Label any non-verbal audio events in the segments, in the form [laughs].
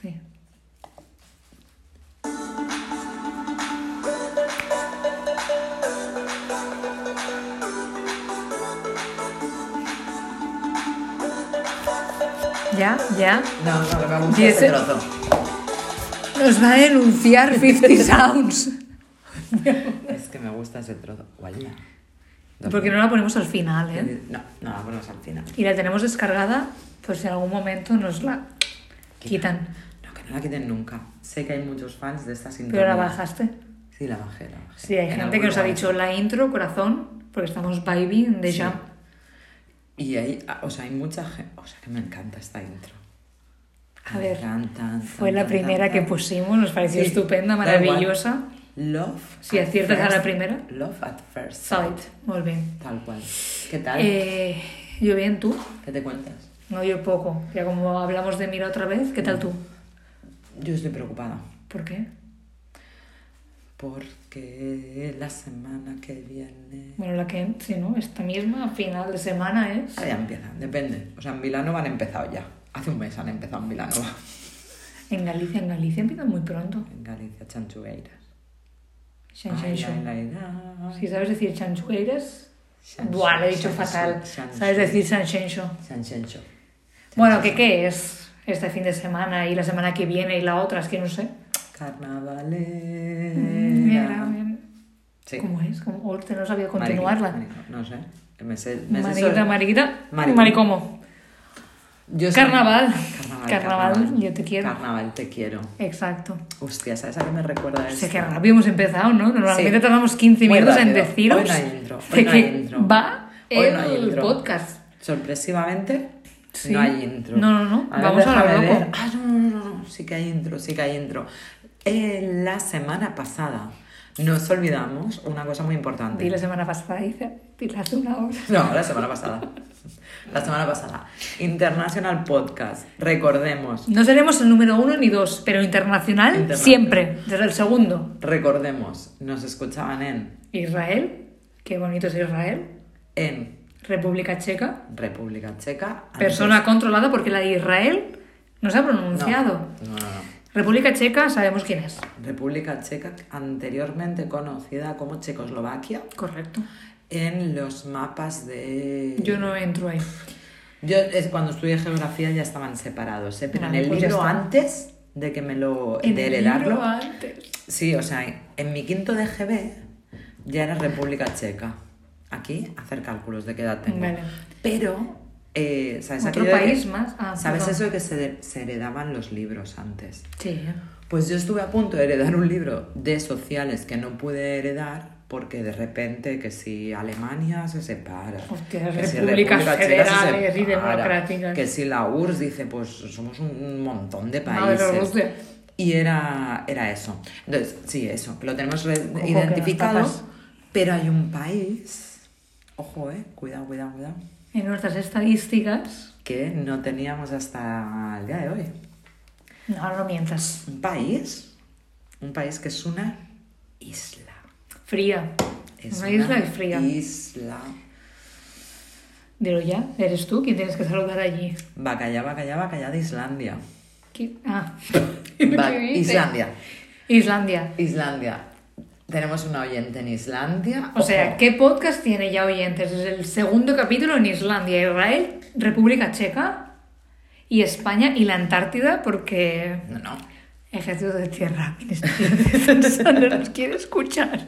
Sí. Ya, ya. No, no, lo que me Y gusta es ese- este trozo. Nos va a denunciar [laughs] 50 Sounds. Es que me gusta ese trozo. Guayla. Porque no la ponemos al final, ¿eh? No, no la ponemos al final. Y la tenemos descargada, pues si en algún momento nos la quitan. No, que no la quiten nunca. Sé que hay muchos fans de esta sintonía. Pero la bajaste. Sí, la bajé, la bajé. Sí, hay En gente algún que nos ha lugar. dicho la intro, corazón, porque estamos vibing de Sí. jump. Y hay, o sea, hay mucha gente... O sea, que me encanta esta intro. A Me ver, encanta, tan, Fue tan, la tan, primera tan, que tan. pusimos, nos pareció Sí, estupenda, da igual. maravillosa. Love. Si at aciertas a la first- primera. Love at first. Sight, muy bien. Tal cual. ¿Qué tal? Eh, yo bien, ¿tú? ¿Qué te cuentas? No, yo poco. Ya como hablamos de Mira otra vez, ¿qué tal tú? Yo estoy preocupada. ¿Por qué? Porque la semana que viene. Bueno, la que, sí, ¿no? Esta misma, final de semana ¿eh? es... Ah, ya empiezan, depende. O sea, en Milano han empezado ya. Hace un mes han empezado en Milano. En Galicia, en Galicia empieza muy pronto. En Galicia, chanchugueiras. Shan, shan, Ay, shan. la, la, la. Si sabes decir chanchueiras... Shan, Buah, lo he shan, dicho shan, fatal. shan, Sabes shan. decir Sanxenxo. Sanxenxo. Bueno, ¿qué qué es este fin de semana y la semana que viene y la otra? Es que no sé. Carnavalera. Eh, Sí. ¿Cómo es? ¿Cómo? Orte, no sabía Mariqui, continuarla. marico, No sé. Me sé, me sé Mariquita, solo- mariquita. Mariqui. Maricomo. Yo sé- Carnaval. Carnaval, Carnaval, yo te quiero. Carnaval, te quiero. Exacto. Hostia, ¿sabes a qué me recuerda O sea, esto? que rápido hemos empezado, ¿no? Normalmente Sí. tardamos 15 Muy minutos en rápido. deciros Hoy no hay intro, hoy de no qué hay intro. va Hoy no hay el intro. podcast. Sorpresivamente, Sí. no hay intro. No, no, no, A ver, vamos a lo déjame loco. ver. Ah, no, no, no, no, sí que hay intro, sí que hay intro. Eh, la semana pasada nos olvidamos una cosa muy importante. Di la semana pasada, dice. Di la hace una hora. No, la semana pasada. [laughs] La semana pasada. International Podcast. Recordemos, No seremos el número uno ni dos, pero internacional, Internacional. siempre, desde el segundo. recordemos, nos escuchaban en, Israel, qué bonito es Israel. en República Checa, República Checa. persona controlada porque la de Israel no se ha antes- pronunciado. No, no, no, no. República Checa, sabemos quién es. República Checa, anteriormente conocida como Checoslovaquia. Correcto. en los mapas de... Yo no entro ahí. Yo, es, cuando estudié geografía ya estaban separados, ¿eh? pero Ah, en el pues ya libro está. antes de que me lo... En de el heredarlo. libro antes. Sí, o sea, en mi quinto de GB ya era República Checa. Aquí, hacer cálculos de qué edad tengo. Vale. Pero, eh, ¿sabes Otro aquello de que- país más. Ah, ¿Sabes perdón. eso de que se, de- se heredaban los libros antes? Sí. Pues yo estuve a punto de heredar un libro de sociales que no pude heredar porque de repente que si Alemania se separa, Hostia, que si repúblicas República Checa federales y democráticas. que si la URSS dice pues somos un montón de Madre países. Rusia. y era, era eso. Entonces, sí, eso, lo tenemos re- que las identificado, papas. pero hay un país, ojo, eh, cuidado, cuidado, cuidado, En nuestras estadísticas. que no teníamos hasta el día de hoy. No, no mientas. un país, un país que es una isla. Fría. Es una isla y fría. Isla. Dilo ya, eres tú quien tienes que saludar allí. Bacallá, bacallá, bacallá de Islandia. ¿Qui- [laughs] Ah. Va- [laughs] ¿Qué dices? Islandia. Islandia. Islandia. Tenemos una oyente en Islandia. O sea, Ojo, ¿qué podcast tiene ya oyentes? Es el segundo capítulo en Islandia, Israel, República Checa y España y la Antártida porque No, no. Ejército de Tierra, Ministerio de Defensa, no [laughs] nos quiere escuchar.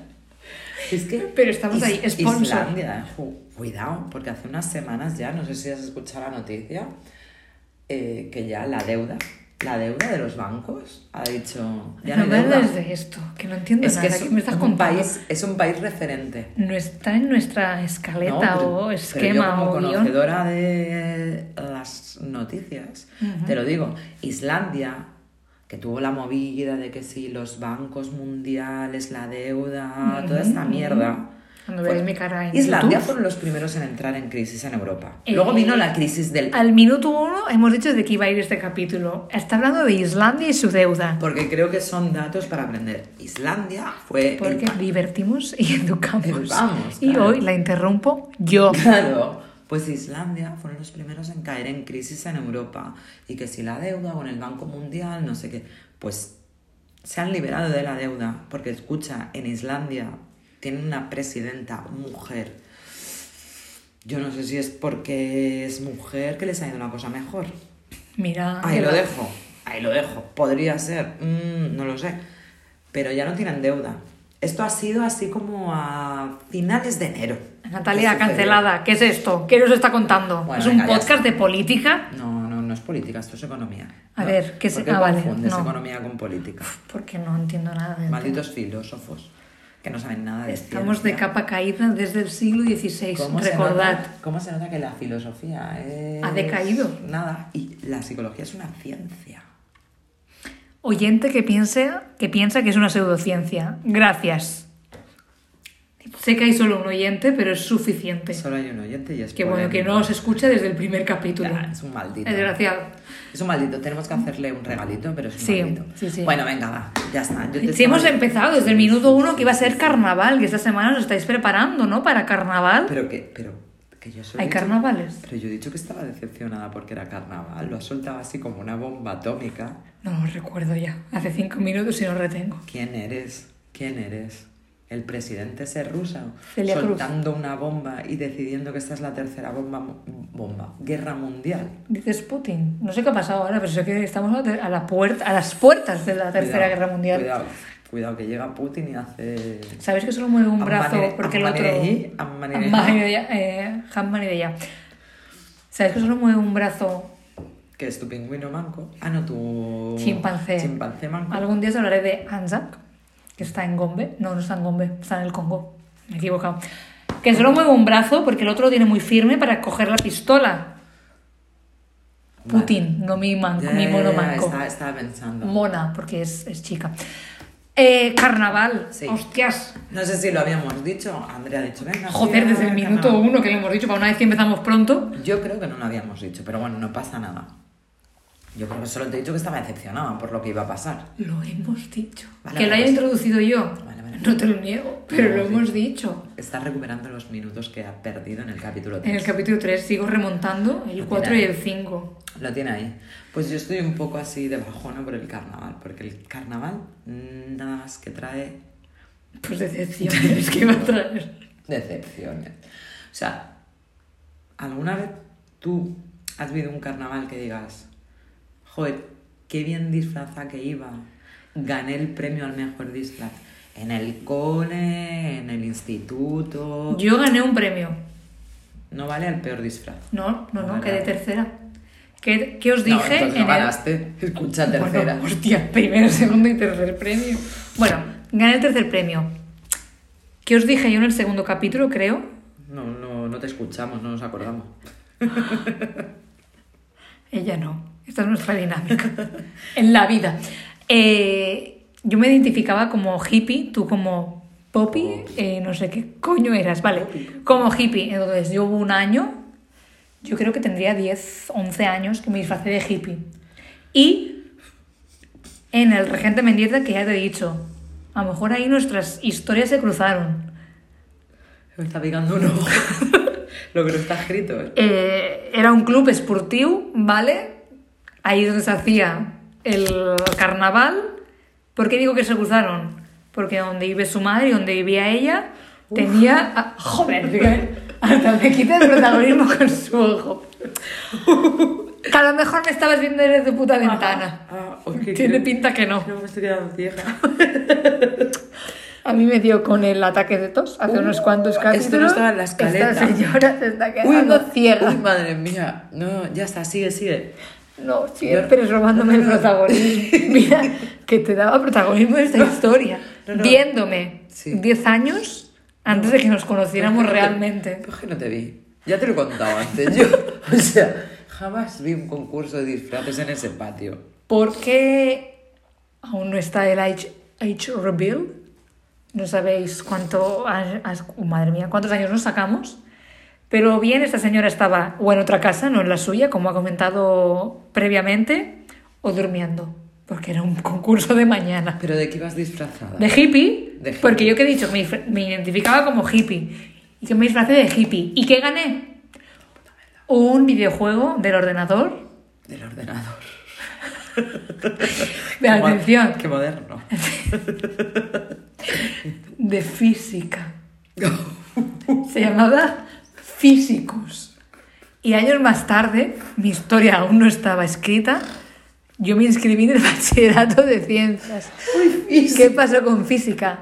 Es que Pero estamos ahí, Is- sponsor. Islandia, ju- cuidado, porque hace unas semanas ya, no sé si has escuchado la noticia, eh, que ya la deuda, la deuda de los bancos ha dicho... Ya no no hay me deuda. hables de esto, que no entiendo Es nada. que es ¿Qué me estás un contando? país, es un país referente. No está en nuestra No, escaleta pero- o pero esquema yo como o guión. conocedora de las noticias, te lo digo, Islandia, que tuvo la movida de que si los bancos mundiales, la deuda, toda esta mierda. Cuando fue- veáis mi cara en Islandia YouTube. fueron los primeros en entrar en crisis en Europa. Eh, Luego vino la crisis del... Al minuto uno hemos dicho de qué iba a ir este capítulo. Está hablando de Islandia y su deuda. Porque creo que son datos para aprender. Islandia fue... Pues, el Porque pa- divertimos y [laughs] educamos. Educamos, y claro. hoy la interrumpo yo. Claro, Pues Islandia fueron los primeros en caer en crisis en Europa y que si la deuda o en el Banco Mundial, no sé qué, pues se han liberado de la deuda, porque escucha, en Islandia tienen una presidenta mujer. Yo no sé si es porque es mujer que les ha ido una cosa mejor. Mira. Ahí que lo va- dejo, ahí lo dejo. Podría ser, mm, no lo sé. Pero ya no tienen deuda. Esto ha sido así como a finales de enero. Natalia, ¿Qué sucedió? cancelada. ¿Qué es esto? ¿Qué nos está contando? Bueno, ¿Es un venga, ya podcast está. de política? No, no, no es política, esto es economía. A No, ver, ¿qué se- ¿por qué ah, vale, confundes no. economía con política? Porque no entiendo nada de Malditos filósofos que no saben nada de Estamos de ciencia. capa caída desde el siglo XVI, ¿Cómo se recordad. nota- ¿Cómo se nota que la filosofía es... Ha decaído. Nada, y la psicología es una ciencia. Oyente que piense que piensa que es una pseudociencia. Gracias. Sé que hay solo un oyente, pero es suficiente. Solo hay un oyente y es Que bueno, que no polémico. os escucha desde el primer capítulo. Ah, Es un maldito. Es desgraciado. Es un maldito, tenemos que hacerle un regalito, pero es un Sí, maldito. sí, sí. Bueno, venga, va, ya está. Yo te Si estaba- hemos empezado desde el minuto uno que iba a ser carnaval, que esta semana os estáis preparando, ¿no? Para carnaval. Pero que, pero que yo soy. Hay carnavales. Pero yo he dicho que estaba decepcionada porque era carnaval, lo ha soltado así como una bomba atómica. No lo recuerdo ya. Hace cinco minutos y no retengo. ¿Quién eres? ¿Quién eres? El presidente ser rusa, Celia Cruz. soltando una bomba y decidiendo que esta es la tercera bomba, mu- bomba guerra mundial. Dices Putin. No sé qué ha pasado ahora, pero sé que estamos a la ter- a, la puerta, a las puertas de la Tercera Cuidado, Guerra Mundial. Cuidado, cuidado, que llega Putin y hace. Sabes que solo mueve un brazo Ammanere- porque el otro. ammanere- ammanere- Ammanere- eh, ammanere ya. Sabes que solo mueve un brazo. que es tu pingüino manco. Ah, no, tu. Chimpancé. Chimpancé manco. Algún día os hablaré de Anzac, que está en Gombe. No, no está en Gombe, está en el Congo. Me he equivocado. Que solo mueve un brazo porque el otro lo tiene muy firme para coger la pistola. Vale. Putin, no mi, manco, Ya, mi ya, mono ya, manco. Estaba, estaba pensando. Mona, porque es, es chica. Eh, carnaval. Sí. Hostias. No sé si lo habíamos dicho. Andrea ha dicho, venga. Joder, sí, desde el venga, minuto no. uno que le hemos dicho, para una vez que empezamos pronto. Yo creo que no lo habíamos dicho, pero bueno, no pasa nada. Yo creo que solo te he dicho que estaba decepcionada por lo que iba a pasar. Lo hemos dicho. Vale, que vale, lo haya pues. introducido yo. Vale, vale. No te lo niego, pero Lo lo hemos hemos dicho. Estás recuperando los minutos que ha perdido en el capítulo 3. En el capítulo 3 sigo remontando el Mira. 4 y el 5. Lo tiene ahí. Pues yo estoy un poco así de bajona por el carnaval, porque el carnaval mm, nada más que trae Pues [laughs] decepciones que va a traer. decepciones. O sea, ¿alguna vez tú has vivido un carnaval que digas, joder, qué bien disfraza que iba? Gané el premio al mejor disfraz. En el cole, en el instituto. Yo gané un premio. No vale el peor disfraz. No, no, no, Vale. quedé tercera. ¿Qué, qué os dije? no, entonces no en el- ganaste. Escucha Bueno, tercera. [laughs] hostia, primero, segundo y tercer premio. Bueno, gané el tercer premio. ¿Qué os dije yo en el segundo capítulo, creo? No, no, no te escuchamos, no nos acordamos. Ella no. Esta es nuestra dinámica [laughs] en la vida. Eh, yo me identificaba como hippie, tú como poppy, eh, no sé qué coño eras, vale. Como hippie. Entonces, yo hubo un año, yo creo que tendría 10, 11 años, que me disfracé de hippie. Y en el Regente Mendieta, que ya te he dicho, a lo mejor ahí nuestras historias se cruzaron. Me está picando un ojo. [laughs] Lo que no está escrito, ¿eh? Eh, era un club esportiu, ¿vale? Ahí es donde se hacía el carnaval. ¿Por qué digo que se cruzaron? Porque donde vive su madre y donde vivía ella, tenía... a- [laughs] joder, tío, ¿eh? hasta me quita el [laughs] protagonismo con su ojo. Que a lo mejor me estabas viendo desde tu puta ventana. Ah, ok, Tiene creo- pinta que no. creo que me estoy quedando vieja. A mí me dio con el ataque de tos hace Uh, unos cuantos esto no capítulos. estaba en la escaleta. Esta señora se está Uy, quedando ma- ciega. uy, madre mía. No, ya está, sigue, sigue. No, siempre es robándome el [laughs] protagonismo. Mira, que te daba protagonismo esta historia. No, no. Viéndome Sí. 10 años antes de que nos conociéramos [laughs] Pero es que no te- realmente. Pero es que no te vi. Ya te lo he contado antes. Yo, [laughs] o sea, jamás vi un concurso de disfraces en ese patio. Porque aún no está el H, H Reveal. No sabéis cuánto. a- a- uh, madre mía, cuántos años nos sacamos. Pero bien, esta señora estaba o en otra casa, no en la suya, como ha comentado previamente, o durmiendo. Porque era un concurso de mañana. ¿Pero de qué ibas disfrazada? De hippie, De hippie. porque yo que he dicho, me, dif- me identificaba como hippie. Y que me disfracé de hippie. ¿Y qué gané? un videojuego del ordenador. [laughs] Del ordenador. De Qué mo- atención. [laughs] Qué moderno. De [laughs] física. Se llamaba Physicus. Y años más tarde, mi historia aún no estaba escrita, yo me inscribí en el [laughs] bachillerato de ciencias. ¿Y qué pasó con física?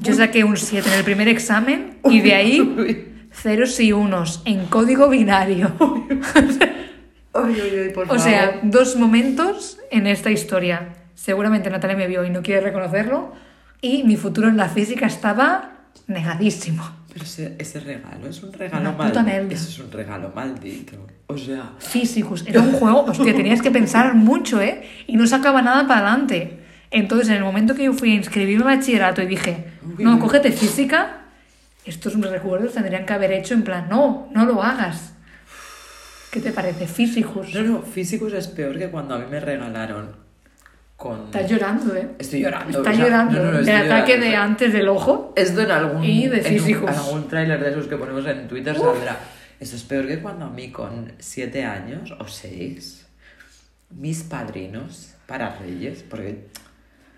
Yo saqué un 7 en el primer examen y de ahí Uy, ceros y unos en código binario. uy, uy, [laughs] por O favor. sea, dos momentos en esta historia. Seguramente Natalia me vio y no quiere reconocerlo. Y mi futuro en la física estaba negadísimo. Pero ese, ese regalo es un regalo Una puta maldito. merda. Eso es un regalo maldito. O sea, Physicus. Era un juego, pues, hostia, tenías que pensar mucho, ¿eh? Y no sacaba nada para adelante. Entonces, en el momento que yo fui a inscribirme a bachillerato y dije, Uy, no, uy. cógete física, estos recuerdos tendrían que haber hecho en plan, no, no lo hagas. ¿Qué te parece? Physicus. no, no, físicos es peor que cuando a mí me regalaron con... Estás llorando, ¿eh? Estoy llorando. Estás o sea, llorando. no, no, no, del estoy ataque llorando. de antes del ojo. Esto en algún, Y de en un- físicos. algún tráiler de esos que ponemos en Twitter saldrá. Eso es peor que cuando a mí con 7 años o 6, mis padrinos para Reyes, porque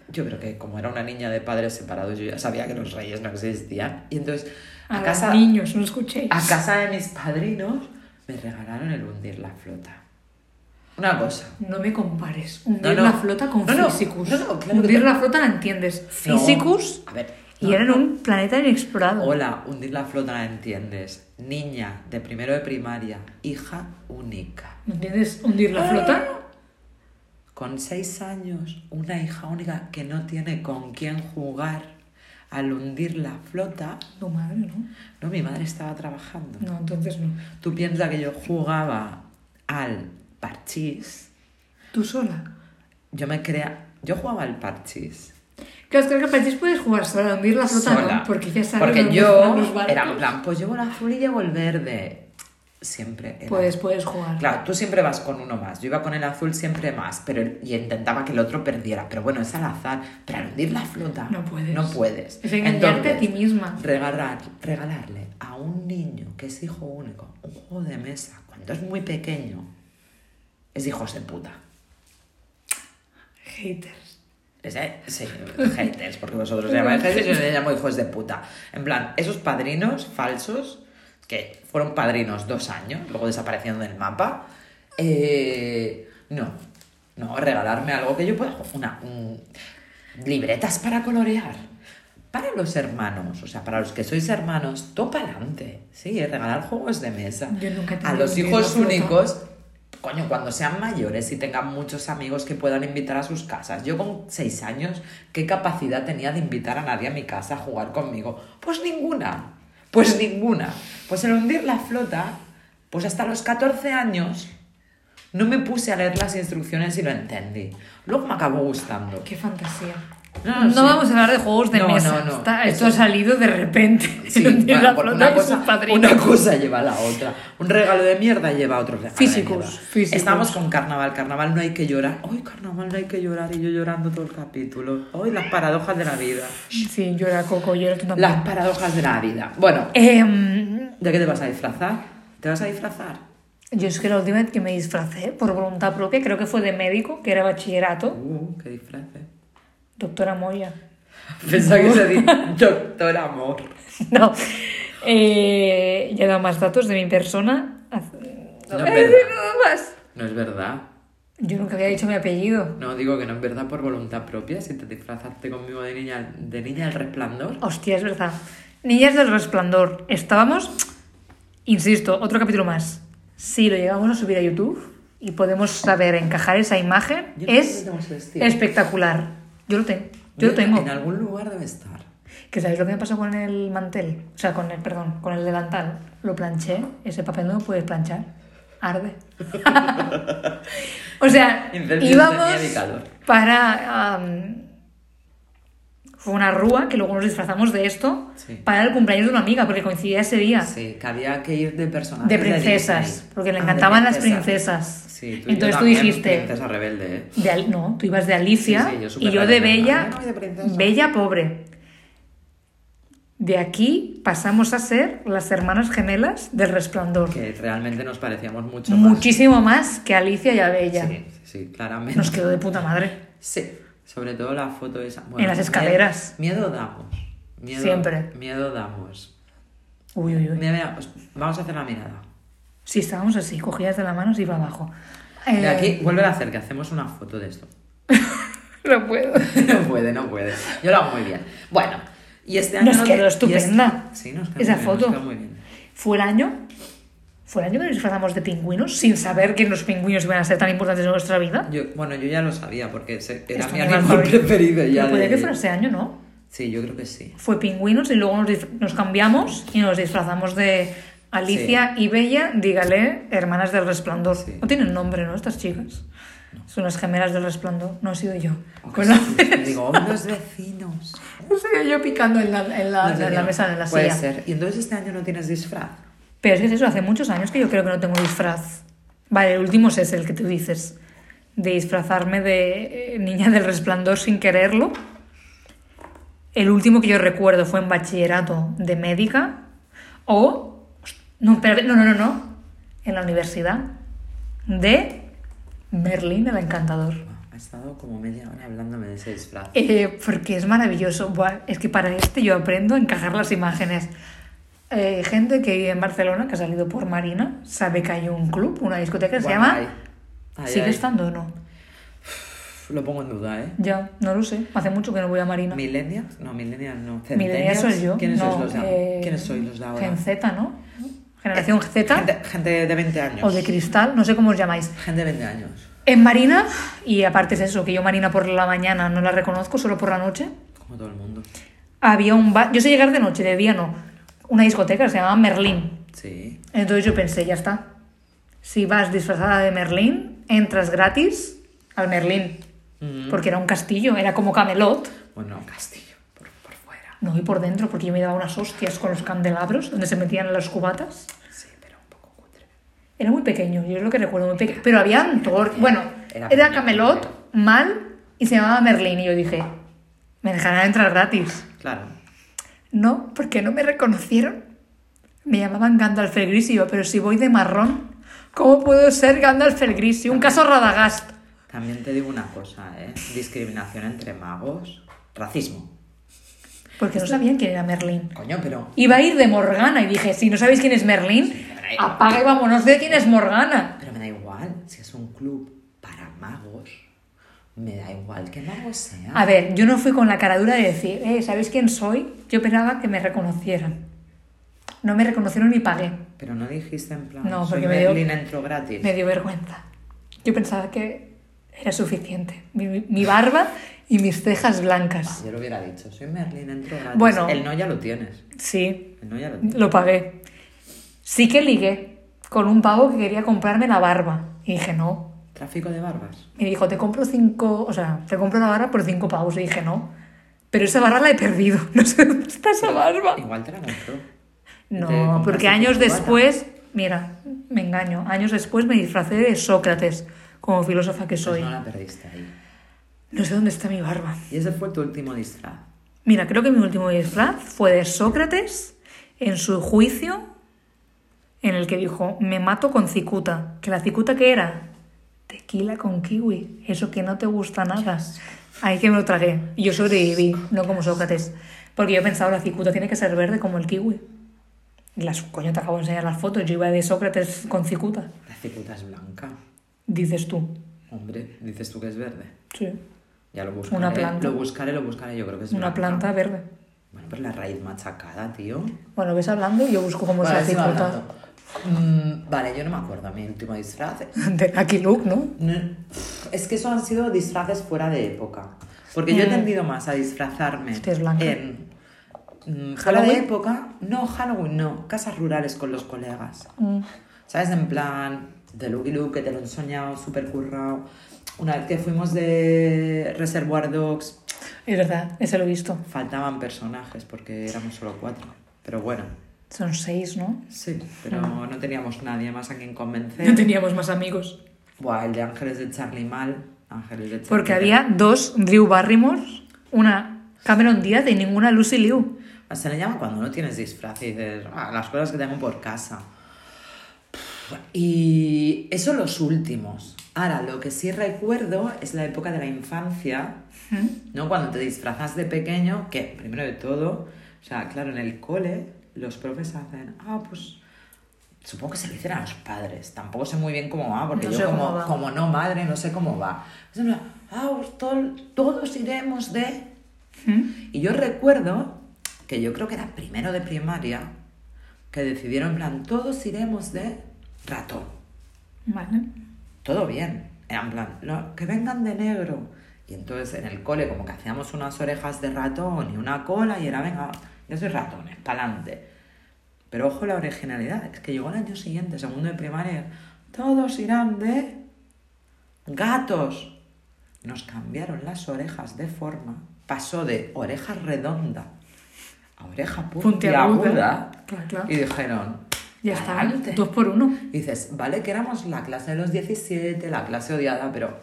yo creo que como era una niña de padres separados, yo ya sabía que los Reyes no existían. Y entonces a A casa, niños, no escuchéis. a casa de mis padrinos me regalaron el hundir la flota. Una cosa. No me compares. Hundir No, no. la flota con No, no. Physicus. No, no, claro que hundir no. la flota la entiendes. No, Physicus. a ver. Y no, eran un planeta inexplorado. Hola, hundir la flota la entiendes. Niña de primero de primaria, hija única. ¿No entiendes hundir la flota? Con seis años, una hija única que no tiene con quién jugar al hundir la flota. No, madre, no. No, mi madre estaba trabajando. No, entonces no. Tú piensas que yo jugaba al parchís. Tú sola. Yo me crea. Yo jugaba al parchís. Claro, es que al parchís puedes jugar sola, hundir la flota sola. no. Porque ya sabes Porque dónde yo están los barcos. era en plan, pues llevo el azul y llevo el verde. Siempre. era- Puedes, Pues puedes jugar. Claro, tú siempre vas con uno más. Yo iba con el azul siempre más, pero y intentaba que el otro perdiera. Pero bueno, es al azar. Pero al hundir la flota. No puedes. No puedes. Es engañarte a ti Entonces, misma. Regalar, regalarle a un niño que es hijo único un juego de mesa cuando es muy pequeño es hijos de puta. Haters. Es, eh, sí, haters, porque vosotros llamáis haters y yo le llamo hijos de puta. En plan, esos padrinos falsos, que fueron padrinos dos años, luego desaparecieron del mapa, eh, no, no, regalarme algo que yo pueda, una, un- libretas para colorear. Para los hermanos, o sea, para los que sois hermanos, topa adelante, sí, regalar juegos de mesa. Yo nunca he A tenido los un hijos libro flotado. únicos, Coño, cuando sean mayores y tengan muchos amigos que puedan invitar a sus casas. Yo con seis años, ¿qué capacidad tenía de invitar a nadie a mi casa a jugar conmigo? Pues ninguna. Pues ninguna. Pues el hundir la flota, pues hasta los 14 años no me puse a leer las instrucciones y lo entendí. Luego me acabó gustando. Qué fantasía. No, sí. vamos a hablar de juegos de No, mesa. no, no. Está- esto Eso- ha salido de repente. [laughs] Sí, Hundir bueno, la por flota una, y sus cosa, padrinos. una cosa lleva a la otra. Un regalo de mierda lleva a otro regalo. de Físicos, mierda. físicos. Estamos con carnaval. Carnaval no hay que llorar. Hoy carnaval no hay que llorar. Y yo llorando todo el capítulo. Hoy las paradojas de la vida. Sí, yo era Coco, yo era tú también. Las paradojas de la vida. Bueno, Em, ¿de qué te vas a disfrazar? ¿Te vas a disfrazar? yo es que la última vez que me disfracé por voluntad propia, creo que fue de médico, que era bachillerato, Uh, qué disfraz. eh. doctora Moya. [laughs] [laughs] Pensaba que se dice doctor amor. No, eh, ya he dado más datos de mi persona. Haz- No, voy a pero- decir nada más. No es verdad. Yo nunca había dicho mi apellido. No, digo que no es verdad por voluntad propia. Si te disfrazaste conmigo de niña, de niña del resplandor. Hostia, es verdad. Niñas del Resplandor, estábamos, insisto, otro capítulo más. Si lo llegamos a subir a YouTube y podemos saber encajar esa imagen, Yo no sé es cómo se vestía. espectacular. Yo lo tengo. Yo lo tengo. En algún lugar debe estar. Que sabéis lo que me pasó con el mantel, o sea, con el, perdón, con el delantal. Lo planché, ese papel no lo puedes planchar. Arde. [laughs] o sea, Incendios de miedo y íbamos calor. para. am, fue una rúa que luego nos disfrazamos de esto Sí. para el cumpleaños de una amiga, porque coincidía ese día. Sí, que había que ir de personajes. Ah. De Disney. princesas, porque le Ah, de encantaban las princesas. princesas. Sí, y yo Entonces tú también, dijiste. Princesa rebelde, ¿eh? De Al- no, tú ibas de Alicia Sí, sí, yo súper y yo rebelde. de Bella, Ay, no, de princesa. Bella pobre. De aquí pasamos a ser las hermanas gemelas del resplandor. Que realmente nos parecíamos mucho más. Muchísimo más que Alicia y a Bella. Sí, sí, sí, claramente. Nos quedó de puta madre. [laughs] Sí, sobre todo la foto esa. En las escaleras. Miedo, miedo damos. Miedo- Siempre. Miedo damos. Uy, uy, uy. Mira, mira, os- vamos a hacer la mirada. Sí, estábamos así, cogidas de la mano y iba abajo. Eh, De aquí, vuelve a hacer, que hacemos una foto de esto. [laughs] No puedo. no puede, no puede. Yo lo hago muy bien. Bueno, y este año. Nos no- quedó y este- estupenda. Sí, nos quedó Esa muy bien, foto. Nos quedó muy bien. Fue el año. Fue el año que nos disfrazamos de pingüinos sin saber que los pingüinos iban a ser tan importantes en nuestra vida. Yo, bueno, yo ya lo sabía porque se- era Esto mi me va a animal morir. preferido. Ya Pero puede de- que fuera ese año, ¿no? Sí, yo creo que sí. Fue pingüinos y luego nos, dif- nos cambiamos y nos disfrazamos de Alicia y Bella, dígale, hermanas del resplandor. Sí. No tienen nombre, ¿no? Estas chicas. Son las gemelas del resplandor. No he sido yo. Aunque Con sí, la- Digo, "Oh, los vecinos. [laughs] No sé, yo picando en la, en Ah, la- Los en la vecinos. mesa, en la Puede silla. ser. Y entonces este año no tienes disfraz. Pero es que es eso, hace muchos años que yo creo que no tengo disfraz. Vale, el último es ese, el que tú dices. De disfrazarme de eh, niña del resplandor sin quererlo. El último que yo recuerdo fue en bachillerato de médica. O. No, pero- no, no, no, no. En la universidad. De. Merlín el Encantador. Ha estado como media hora hablándome de ese disfraz. Eh, porque es maravilloso. Buah, es que para este yo aprendo a encajar las imágenes. Eh, gente que vive en Barcelona, que ha salido por Marina, sabe que hay un club, una discoteca que se Bueno, llama... ahí. Ahí, ¿Sigue ahí. estando o no? Lo pongo en duda, ¿eh? Ya, no lo sé. Hace mucho que no voy a Marina. ¿Millennials? No, millennials no. Millennial ¿Centennials? soy yo. ¿Quiénes, no, sois los de ahora? eh, ¿Quiénes sois los de ahora? Eh, Gen Z, ¿no? Generación Z Gente, gente de 20 años. o de cristal, no sé cómo os llamáis. Gente de 20 años. En Marina, y aparte es eso, que yo Marina por la mañana no la reconozco, solo por la noche. Como todo el mundo. Había un bar, yo sé llegar de noche, de día no, una discoteca que se llamaba Merlín. Sí. Entonces yo pensé, ya está. Si vas disfrazada de Merlín, entras gratis al Merlín. Mm. Porque era un castillo, era como Camelot. Bueno, Castillo, por, por fuera. No, y por dentro, porque yo me daba unas hostias con los candelabros donde se metían las cubatas. Sí, pero un poco cutre. Era muy pequeño, yo es lo que recuerdo, muy pequeño. Pero había antor... Bueno, era Era pequeño, Camelot, mal, y se llamaba Merlín. Y yo dije, me dejarán entrar gratis. Claro. No, porque no me reconocieron. Me llamaban Gandalf el Gris y yo, pero si voy de marrón, ¿cómo puedo ser Gandalf el Gris? Y un caso Radagast. También te digo una cosa, ¿eh? Discriminación entre magos. Racismo. Porque no sabían quién era Merlín. Coño, pero. Iba a ir de Morgana y dije, si no sabéis quién es Merlín, apaga y vámonos de quién es Morgana. Pero me da igual si es un club para magos. Me da igual que mago sea. A ver, yo no fui con la cara dura de decir, eh, ¿sabéis quién soy? Yo esperaba que me reconocieran. No me reconocieron ni pagué. Pero no dijiste en plan. No, soy porque me dio- Merlin, entro gratis. Me dio vergüenza. Yo pensaba que era suficiente. Mi, mi- mi barba y mis cejas blancas. Yo lo hubiera dicho. Soy Merlin, entro gratis. Bueno. El no ya lo tienes. Sí, El no ya lo tienes. Lo pagué. Sí que ligué con un pavo que quería comprarme la barba. Y dije, no. Tráfico de barbas. Me dijo, te compro cinco, o sea, te compro la barba por cinco pavos. Y dije, no. Pero esa barba la he perdido. [laughs] No sé dónde está esa barba. Igual te la compró. Te No, compraste porque tu años cubata. después, mira, me engaño, años después me disfracé de Sócrates, como filósofa que Pues soy. no la perdiste ahí. No sé dónde está mi barba. Y ese fue tu último disfraz. Mira, creo que mi último disfraz fue de Sócrates en su juicio en el que dijo, me mato con cicuta. ¿Que la cicuta qué era? Tequila con kiwi, eso que no te gusta nada. Ahí que me lo tragué. Y yo sobreviví, no como Sócrates. Porque yo pensaba, la cicuta tiene que ser verde como el kiwi. Y las, coño, te acabo de enseñar las fotos, yo iba de Sócrates con cicuta. La cicuta es blanca. Dices tú. Hombre, dices tú que es verde. Sí. Ya lo buscaré. Una planta. Lo buscaré, lo buscaré. Yo creo que es Una blanca. planta verde. Bueno, pero la raíz machacada, tío. Bueno, ves hablando y yo busco cómo Vale, es sigo la cicuta. hablando. Mm, vale, yo no me acuerdo. Mi último disfraz. [laughs] De Lucky Luke, ¿no? No, Es que eso han sido disfraces fuera de época. Porque yo he tendido más a disfrazarme Eh, Este es blanco. en. mm, fuera de ¿Halloween? época. No, Halloween no. Casas rurales con los colegas. Mm. ¿Sabes? En plan, de Lucky Luke, que te lo he enseñado, súper currado. Una vez que fuimos de Reservoir Dogs, Es verdad, ese lo he visto. faltaban personajes porque éramos solo cuatro. Pero bueno, Son seis, ¿no? sí, pero no teníamos nadie más a quien No convencer. teníamos más amigos. Buah, el de Ángeles de Charlie Mal. Ángeles de Charlie Porque Mal. había dos Drew Barrymore, una Cameron Díaz y ninguna Lucy Liu. Se le llama cuando no tienes disfraz y dices, "Ah, las cosas que tengo por casa. Y eso los últimos. Ahora, lo que sí recuerdo es la época de la infancia, ¿no? Cuando te disfrazas de pequeño, que primero de todo, o sea, claro, en el cole los profes hacen, ah, pues supongo que se lo dicen a los padres, tampoco sé muy bien cómo va, porque No sé yo cómo como, va. como no madre no sé cómo va. Entonces, me dicen, ah, pues tol- todos iremos de... ¿Mm? Y yo recuerdo que yo creo que era primero de primaria, que decidieron, en plan, todos iremos de ratón Vale. todo bien. Era en plan, "No, que vengan de negro. Y entonces en el cole como que hacíamos unas orejas de ratón y una cola y era, venga, yo soy ratón, es pa'lante. Pero ojo la originalidad, es que llegó el año siguiente, segundo de primaria, todos irán de gatos. Nos cambiaron las orejas de forma, pasó de oreja redonda a oreja Puntiaguda. puntiaguda Claro, claro. y dijeron, Ya está, "Pa'lante". dos por uno. Y dices, vale que éramos la clase de los 17, la clase odiada, pero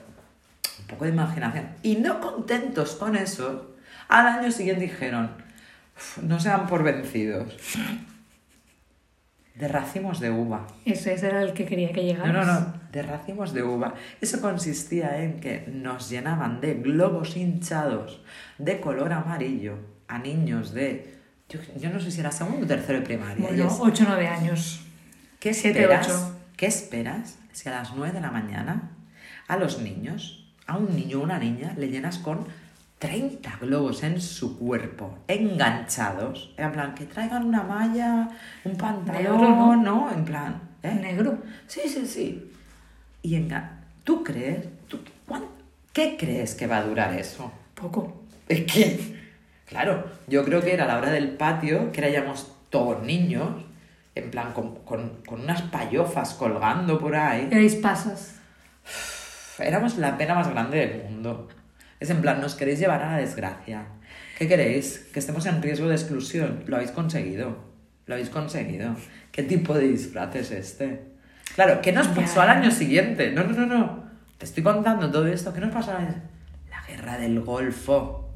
un poco de imaginación. Y no contentos con eso, al año siguiente dijeron, "Uf, no se dan por vencidos. De racimos de uva. Ese, ese era el que quería que llegara. No, no, no, de racimos de uva. Eso consistía en que nos llenaban de globos hinchados de color amarillo a niños de, yo, yo no sé si era segundo o tercero de primaria. y Bueno, es- 8 o 9 años. ¿Qué Siete, esperas? ocho. ¿Qué esperas si a las 9 de la mañana a los niños, a un niño o una niña, le llenas con 30 globos en su cuerpo, enganchados? Era En plan, que traigan una malla, un pantalón, Negro, ¿no? ¿no? En plan, ¿eh? Negro. Sí, sí, sí. Y enga ¿tú crees? ¿Tú, cuán- ¿Qué crees que va a durar eso? Poco. Es que, claro, yo creo que era la hora del patio, que éramos todos niños, en plan con, con- con unas payofas colgando por ahí. Erais pasas. Éramos la pena más grande del mundo. Es en plan, nos queréis llevar a la desgracia. ¿Qué queréis? Que estemos en riesgo de exclusión. Lo habéis conseguido. Lo habéis conseguido. ¿Qué tipo de disfraz es este? Claro, ¿qué nos Ya. pasó al año siguiente? No, no, no, no. Te estoy contando todo esto. ¿Qué nos pasó al año? La guerra del Golfo.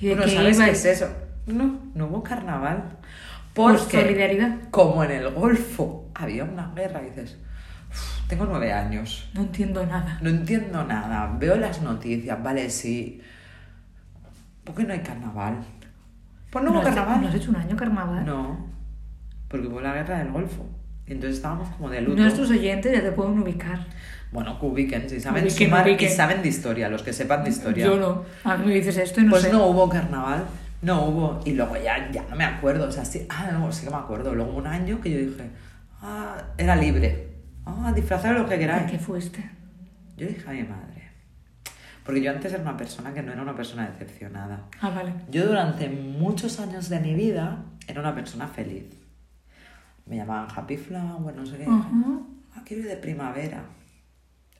¿Y de Tú no qué sabes qué ibais? es eso. No, no hubo carnaval. Por Porque solidaridad. como en el Golfo había una guerra, dices, "Uf, tengo nueve años, No entiendo nada. no entiendo nada, veo las noticias, vale, sí. ¿Por qué no hay carnaval? Pues no hubo ¿No has- carnaval. ¿No has hecho un año carnaval? No, porque hubo la guerra del Golfo. Y entonces estábamos como de luto. Nuestros oyentes ya te pueden ubicar. Bueno, que ubiquen, si saben Ubiquen, sumar y ubiquen. saben de historia, los que sepan de historia. Yo no. A mí Ah, me dices esto y no pues sé. no hubo carnaval, no hubo. Y luego ya, ya no me acuerdo, o sea, sí, ah, no, sí que me acuerdo. Luego un año que yo dije, ah, era libre, ah, disfrazar lo que ¿A queráis. qué este? fuiste? Yo dije a mi madre, porque yo antes era una persona que no era una persona decepcionada. Ah, vale. Yo durante muchos años de mi vida era una persona feliz. Me llamaban Happy Flower, no sé qué. Ajá. Ah, quiero ir de primavera.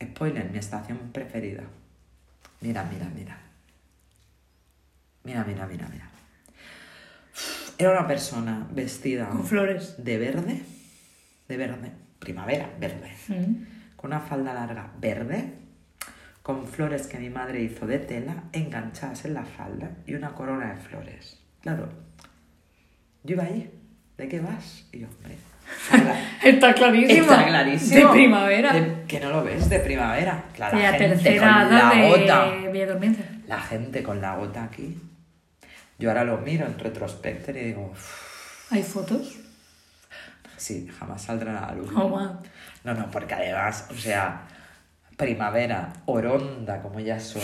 Spoiler, mi estación preferida. Mira, mira, mira. Mira, mira, mira, mira. Era una persona vestida Con flores. de verde, de verde, primavera, verde, Mm. con una falda larga verde, con flores que mi madre hizo de tela enganchadas en la falda y una corona de flores. Claro, yo iba ahí, ¿de qué vas? Y yo, [laughs] hombre, falda. Está clarísimo. Está clarísimo. De primavera. De- que no lo ves de primavera. Claro, De la la gente tercera con hada la gota. de Villa Durmiente. La gente con la gota aquí. Yo ahora lo miro en retrospecto y digo, "Uf, ¿Hay fotos? sí, jamás saldrá a la luz. Oh, wow. No, no, porque además, o sea, primavera, oronda como ya soy.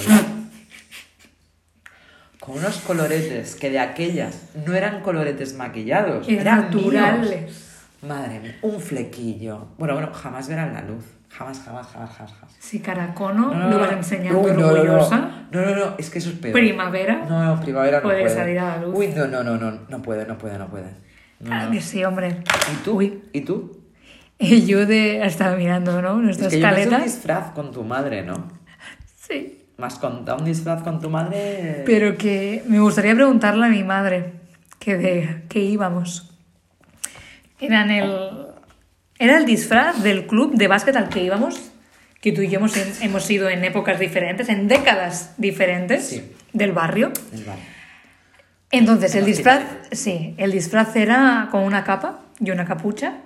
Con unos coloretes que de aquellas no eran coloretes maquillados, Eran eran naturales. míos. Madre mía, un flequillo. Bueno, bueno, jamás verán la luz. Jamás, jamás, jamás, jamás. jamás. Si Caracono No, no, lo no. vas enseñando Ah. Uy, no, no, no. orgullosa. No, no, no, es que eso es peor. Primavera. No, no, primavera no Puede puede. salir a la luz. Uy, no, no, no, no, no puede, no puede, no puede. No, Claro no. Ah, que sí, hombre. [laughs] ¿Y tú? Uy. ¿Y tú? Y yo de, estaba mirando, ¿no? Es Nuestra que yo me hice escaleta. un disfraz con tu madre, ¿no? Sí. Me has contado un disfraz con tu madre. Pero que me gustaría preguntarle a mi madre que de qué íbamos. Eran el, era el disfraz del club de básquet al que íbamos, que tú y yo hemos, hemos ido en épocas diferentes, en décadas diferentes Sí. del barrio. Del bar. Entonces, En el los disfraz, titanes. sí, el disfraz era con una capa y una capucha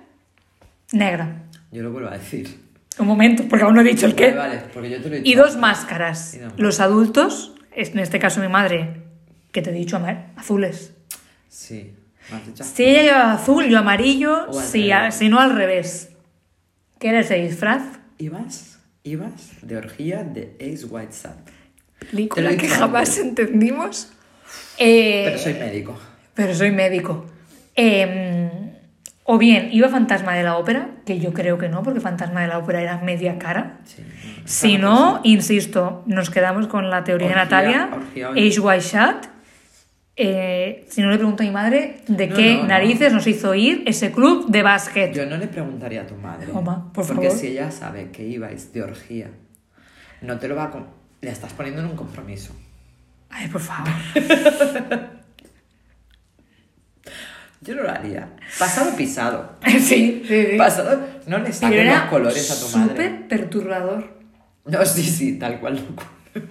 negra. Yo lo vuelvo a decir. Un momento, porque aún no he dicho el qué. Vale, vale, porque yo te lo he Y dicho dos antes. máscaras. Y dos Los adultos, es- en este caso mi madre, que te he dicho, ama- azules. Sí, me has dicho. Si ella llevaba azul, yo amarillo, O al si, a- revés. si no al revés. ¿Qué era ese disfraz? Ibas, ibas de orgía de Ace White Sat. Película he que dicho jamás entendimos. Eh, Pero soy médico. pero soy médico. Eh, o bien, iba Fantasma de la Ópera, que yo creo que no, porque Fantasma de la Ópera era media cara. Sí, no, Si está no, insisto, nos quedamos con la teoría Orgía- de Natalia, orgía, oye. Age White Shut. Eh, si no le pregunto a mi madre de No, qué no, no. narices nos hizo ir ese club de básquet. Yo no le preguntaría a tu madre. Oma, por porque favor. si ella sabe que ibais de orgía, no te lo va a... com- Le estás poniendo en un compromiso. Ay, por favor. Yo no lo haría. Pasado pisado. [laughs] sí, sí, sí. Pasado... No le Pero saques Ah, los era colores a tu madre. súper perturbador. No, sí, sí, tal cual. lo cu-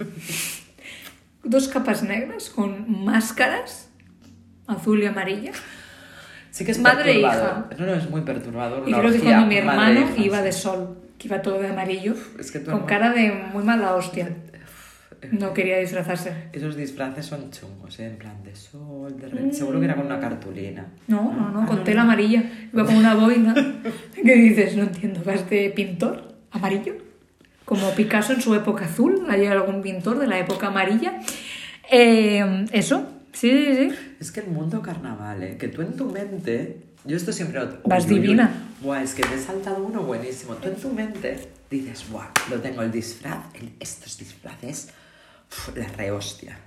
Dos capas negras con máscaras azul y amarilla. Sí que es Madre e perturbador. No, no, es muy perturbador. Y una creo que orgía cuando mi madre e hermano hijas. iba de sol, que iba todo de amarillo, Es que tu con hermano- cara de muy mala hostia. eh. No quería disfrazarse. Esos disfraces son chungos, ¿eh? en plan de sol, de red. Seguro que era con una cartulina. Mm. No, no, no, Ah, con tela amarilla. Iba con una [laughs] boina. ¿Qué dices? No entiendo. ¿Vas de pintor amarillo? Como Picasso en su época azul. Hay algún pintor de la época amarilla. Eh, Eso, sí, sí, sí. Es que el mundo carnaval, ¿eh? que tú en tu mente, yo esto siempre lo... Vas Uy, uy, uy. divina. Buah, es que te he saltado uno buenísimo. Tú en tu mente dices, buah, lo tengo el disfraz, el- estos disfraces, uf, la rehostia.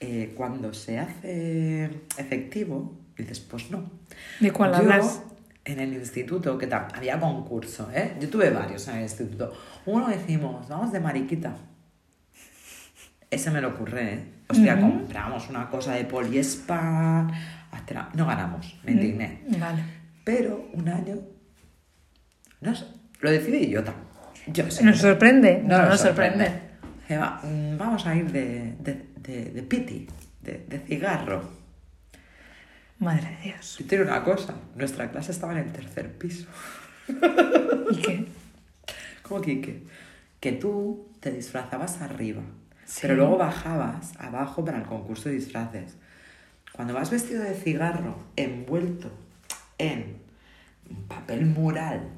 Eh, cuando se hace efectivo, dices, pues no. ¿De cuál Yo, hablas? En el instituto, que tam- había concurso, ¿eh? Yo tuve varios en el instituto. Uno decimos, vamos de mariquita. Ese me lo ocurre, ¿eh? Hostia, compramos una cosa de poliespan. hasta- No ganamos, me indigné. Vale. Pero un año. No sé, lo decidí yo también. Yo sé. Nos sorprende. No nos sorprende. Eva, mm, vamos a ir de, de, de, de piti, de, de cigarro. Madre de Dios. Y tiene una cosa, nuestra clase estaba en el tercer piso. ¿Y qué? ¿Cómo que qué? Que tú te disfrazabas arriba, Sí. pero luego bajabas abajo para el concurso de disfraces. Cuando vas vestido de cigarro, envuelto en un papel mural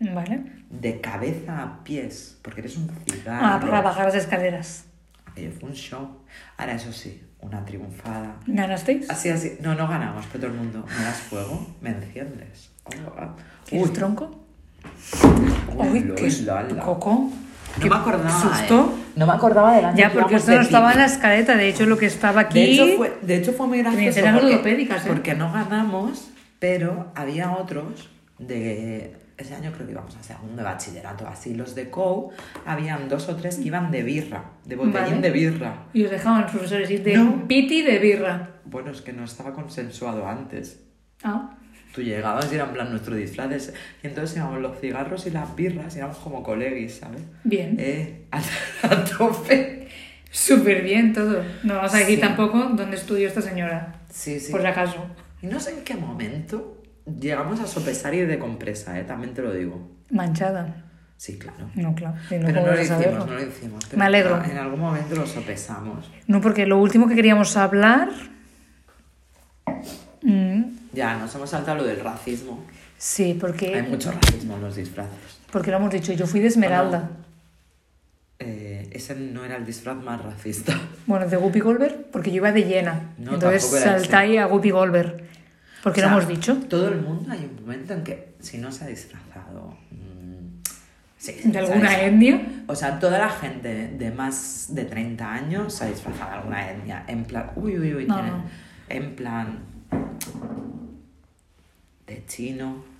Vale. de cabeza a pies, porque eres un cigarro. Ah, para bajar las escaleras. Aquello fue un show. Ahora, eso sí, una triunfada. ¿Ganasteis? Así, así. No, no ganamos, pero todo el mundo. ¿Me das fuego? ¿Me enciendes? Oh, ah. ¿Quieres tronco? Uy, uy, qué es la, la. coco. No Qué me acordaba. susto. eh. No me acordaba del año Ya, que porque íbamos esto de no estaba en picnic. la escaleta. De hecho, lo que estaba aquí. De hecho, fue, de hecho fue muy gracioso. eran porque- ortopédicas, ¿eh? Porque no ganamos, pero había otros de. Ese año creo que íbamos a segundo de bachillerato, así. Los de COU, habían dos o tres que iban de birra, de botellín Vale. de birra. Y os dejaban los profesores ir de No. piti de birra. Bueno, es que no estaba consensuado antes. Ah, Tú llegabas y eran en plan nuestros disfraces. Y entonces íbamos los cigarros y las birras y éramos como coleguis, ¿sabes? bien. Eh, [laughs] a, a tope. Súper bien todo. No vas a decir Sí. tampoco dónde estudió esta señora. Sí, sí. Por si acaso. Y no sé en qué momento llegamos a sopesar ir de compresa, ¿eh? También te lo digo. Manchada. Sí, claro. No, claro. si pero ¿cómo no vas lo a hicimos, saberlo? no lo hicimos. pero Me alegro. En algún momento lo sopesamos. No, porque lo último que queríamos hablar. Mm, Ya, nos hemos saltado lo del racismo. sí, Hay porque, mucho racismo en los disfraces. porque lo hemos dicho. Yo fui de Esmeralda. Ah, Eh, ese no era el disfraz más racista. Bueno, de Guppy Goldberg, porque yo iba de llena. No, Entonces tampoco era ese. saltáis a Guppy Goldberg. Porque O sea, lo hemos dicho. Todo el mundo hay un momento en que si no se ha disfrazado. mm, sí, se De ha alguna disfrazado. etnia. O sea, toda la gente de más de 30 años se ha disfrazado de alguna etnia. En plan, uy, uy, uy, No, tienen- no. en plan de chino.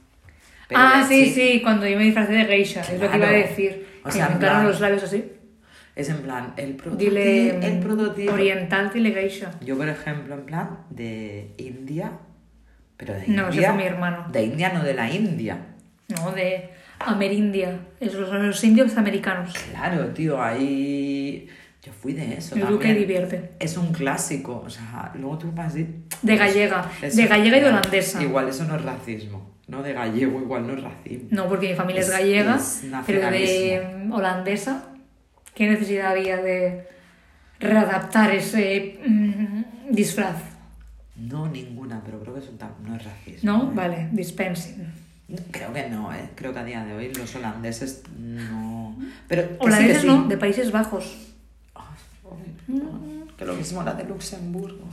pero Ah, de sí, chi- sí, cuando yo me disfracé de geisha, es lo que iba a Claro. decir. O O sea, sea, me en encargan plan- los labios así. Es en plan, el prototipo. Dile el prototipo. oriental, dile geisha. Yo, por ejemplo, en plan de India, pero de No, ese India. fue mi hermano. De India, no de la India. No, de amerindia. Es los, los indios americanos. Claro, tío, ahí Yo fui de eso. Lo que también. divierte. Es un clásico. O sea, luego tú vas a decir. De gallega, Eso- de gallega y de holandesa. Igual eso no es racismo. No, de gallego igual no es racismo. No, porque mi familia es, Es- gallega, es pero de nacionalismo. holandesa. ¿Qué necesidad había de readaptar ese mm, disfraz? No ninguna, pero creo que eso tam- no es racismo. ¿No? ¿eh? Vale, dispensing. Creo que no, ¿eh? Creo que a día de hoy los holandeses no. Pero que sí, que Holandeses sí. no, de Países Bajos. Ay, joder, Que lo mismo la de Luxemburgo.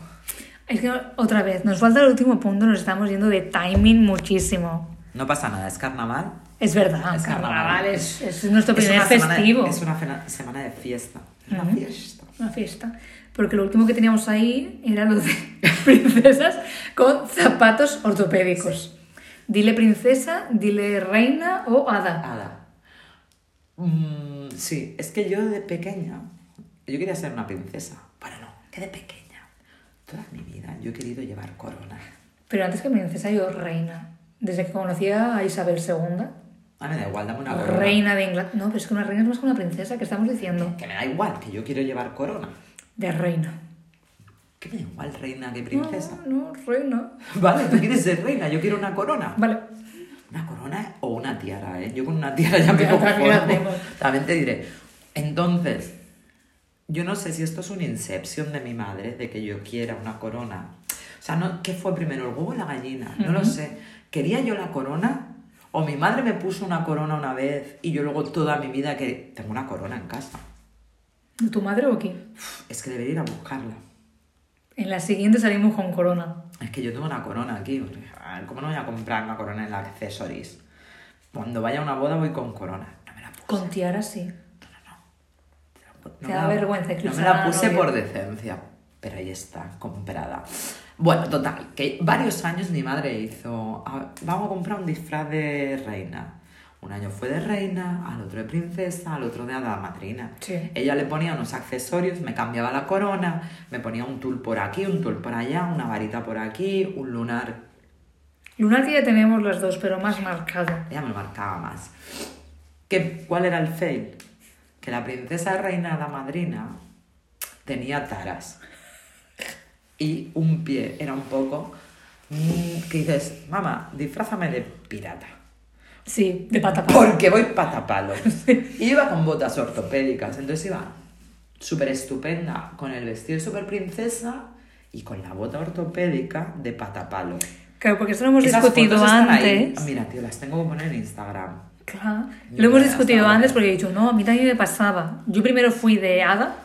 Es que otra vez, nos falta el último punto, nos estamos yendo de timing muchísimo. No pasa nada, es carnaval. Es verdad, Es carnaval, carnaval. es, es nuestro primer una semana- festivo. es una fena- semana de fiesta. Es una fiesta. Una fiesta. Porque lo último que teníamos ahí era lo de [laughs] princesas con zapatos ortopédicos. Dile princesa, dile reina o hada. Ada. Mm, sí, es que yo de pequeña, yo quería ser una princesa. Bueno, no, que de pequeña. Toda mi vida yo he querido llevar corona. Pero antes que princesa, yo reina. Desde que conocía a Isabel II, A mí Ah, me da igual, dame una corona. reina de Inglaterra. No, pero es que una reina es más que una princesa, ¿qué estamos diciendo? Que me da igual, que yo quiero llevar corona. De reina. Que me da igual, reina que No, princesa. [laughs] no, reina. Vale, tú quieres ser reina, yo quiero una corona. Vale. Una corona o una tiara, ¿eh? Yo con una tiara ya me Ya, también la conformo. hacemos. También te diré. Entonces, yo no sé si esto es una incepción de mi madre, de que yo quiera una corona. O sea, no, ¿qué fue primero, el huevo o la gallina? No lo sé. ¿Quería yo la corona? O mi madre me puso una corona una vez y yo luego toda mi vida que tengo una corona en casa. ¿De tu madre o quién? Es que debería ir a buscarla. En la siguiente salimos con corona. Es que yo tengo una corona aquí. porque, ah, ¿Cómo no voy a comprar una corona en la Accessories? Cuando vaya a una boda voy con corona. No me la puse. Con tiara sí. No Te me da la- vergüenza No me eclipsar a la la puse novia. por decencia, pero ahí está, comprada. Bueno, total, que varios años mi madre hizo, "Ah, vamos a comprar un disfraz de reina. Un año fue de reina, al otro de princesa, al otro de hada madrina. Sí. Ella le ponía unos accesorios, me cambiaba la corona, me ponía un tul por aquí, un tul por allá, una varita por aquí, un lunar Lunar que ya tenemos las dos, pero más marcado. Ella me lo marcaba más. ¿Qué, ¿Cuál era el fail? Que la princesa reina la madrina tenía taras. Y un pie era un poco. mm, que dices, mamá, disfrázame de pirata. Sí, de pata a pata. Porque voy patapalo. Y iba con botas ortopédicas. Entonces iba súper estupenda, con el vestido súper princesa y con la bota ortopédica de patapalo. Claro, porque esto lo hemos Esas discutido fotos están ahí. antes. Mira, tío, las tengo que poner en Instagram. Claro. Mira, Lo hemos hasta discutido ahora. antes porque he dicho, no, a mí también me pasaba. Yo primero fui de hada,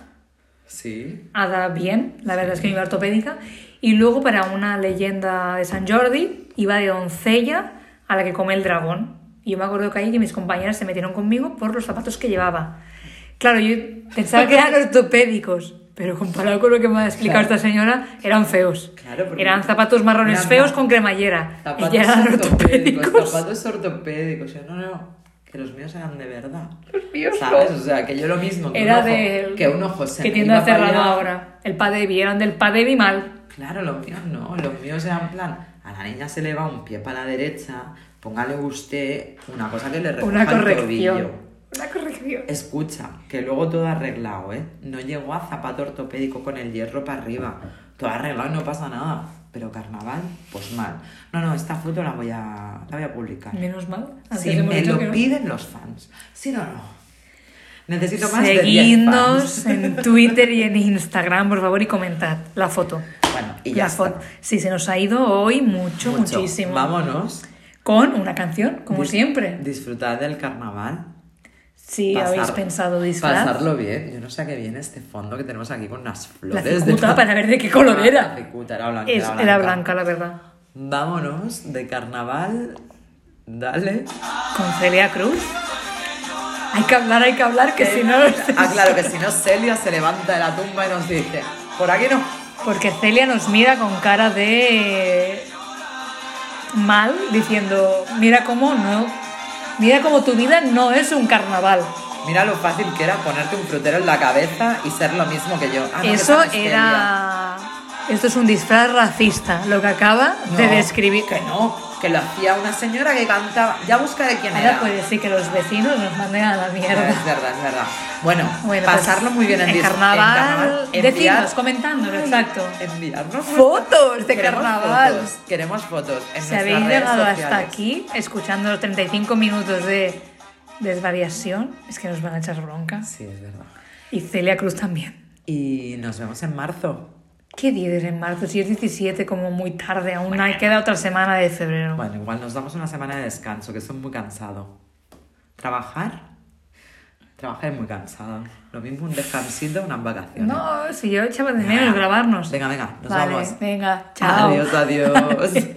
Sí. hada bien, la verdad es que no iba ortopédica, y luego para una leyenda de San Jordi iba de doncella a la que come el dragón. Y yo me acuerdo que ahí que mis compañeras se metieron conmigo por los zapatos que llevaba. Claro, yo pensaba que eran ortopédicos, pero comparado con lo que me ha explicado Claro. esta señora, eran feos. Claro, porque- eran zapatos marrones Eran feos ma- con cremallera. Zapatos y ya eran ortopédicos, ortopédicos. zapatos ortopédicos. Yo, no, no, que los míos eran de verdad. Los míos ¿Sabes? no. O sea, que yo lo mismo que Era un ojo, del. que un ojo se Que me tiende a iba para cerrado allá. ahora. El Padevi, eran del Padevi mal. Claro, los míos no, los míos eran en plan, a la niña se le va un pie para la derecha, póngale usted una cosa que le recoja Una el corrección. tobillo. Una corrección. Escucha, que luego todo arreglado, ¿eh? No llegó a zapato ortopédico con el hierro para arriba. Todo arreglado, no pasa nada. Pero carnaval, pues mal. No, no, esta foto la voy a, la voy a publicar. Menos mal. Antes Si hemos me dicho lo que no. piden los fans. Si no, no. Necesito más Seguidnos de 10 en Twitter y en Instagram, por favor, y comentad la foto. fans. Bueno, y ya la foto. está. Sí, se nos ha ido hoy mucho, Mucho. muchísimo. Vámonos. Con una canción, como Dis- siempre. Disfrutad del carnaval. Si Pasar- habéis pensado disfraz. Pasarlo bien. Yo no sé a qué viene este fondo que tenemos aquí con unas La flores. cicuta para ver de qué color Ah, era. La cicuta era blanca. Es- era era blanca. blanca, la verdad. Vámonos de carnaval. Dale. Con Celia Cruz. Hay que hablar, hay que hablar, que si no. Ah, claro, que si no, Celia se levanta de la tumba y nos dice: Por aquí no. Porque Celia nos mira con cara de mal, diciendo, mira cómo no, mira cómo tu vida no es un carnaval. Mira lo fácil que era ponerte un frutero en la cabeza y ser lo mismo que yo. Ah, no, Eso que Patricia. era... Esto es un disfraz racista, lo que acaba No, de describir. Que no, que lo hacía una señora que cantaba. Ya buscaré quién Ahora era. puede decir que los vecinos nos manden a la Es mierda. verdad, es verdad. Bueno, Bueno, pues, pasarlo muy bien en, dis- en carnaval. Enviar- Decidnos, comentándonos, exacto. Enviarnos Fotos de Queremos carnaval. fotos, queremos fotos en Si nuestras habéis redes llegado hasta sociales. aquí escuchando los 35 minutos de desvariación, es que nos van a echar bronca. Sí, es verdad. Y Celia Cruz también. Y nos vemos en marzo. ¿Qué día es en marzo? Si es 17, como muy tarde, aún hay, queda otra semana de febrero. Bueno, igual nos damos una semana de descanso, que estoy muy cansado. ¿Trabajar? Trabajar es muy cansado. Lo mismo un descansito, unas vacaciones. no, si yo echaba de menos grabarnos. Venga, venga, nos vale, vamos. venga, chao. [laughs] Adiós, adiós.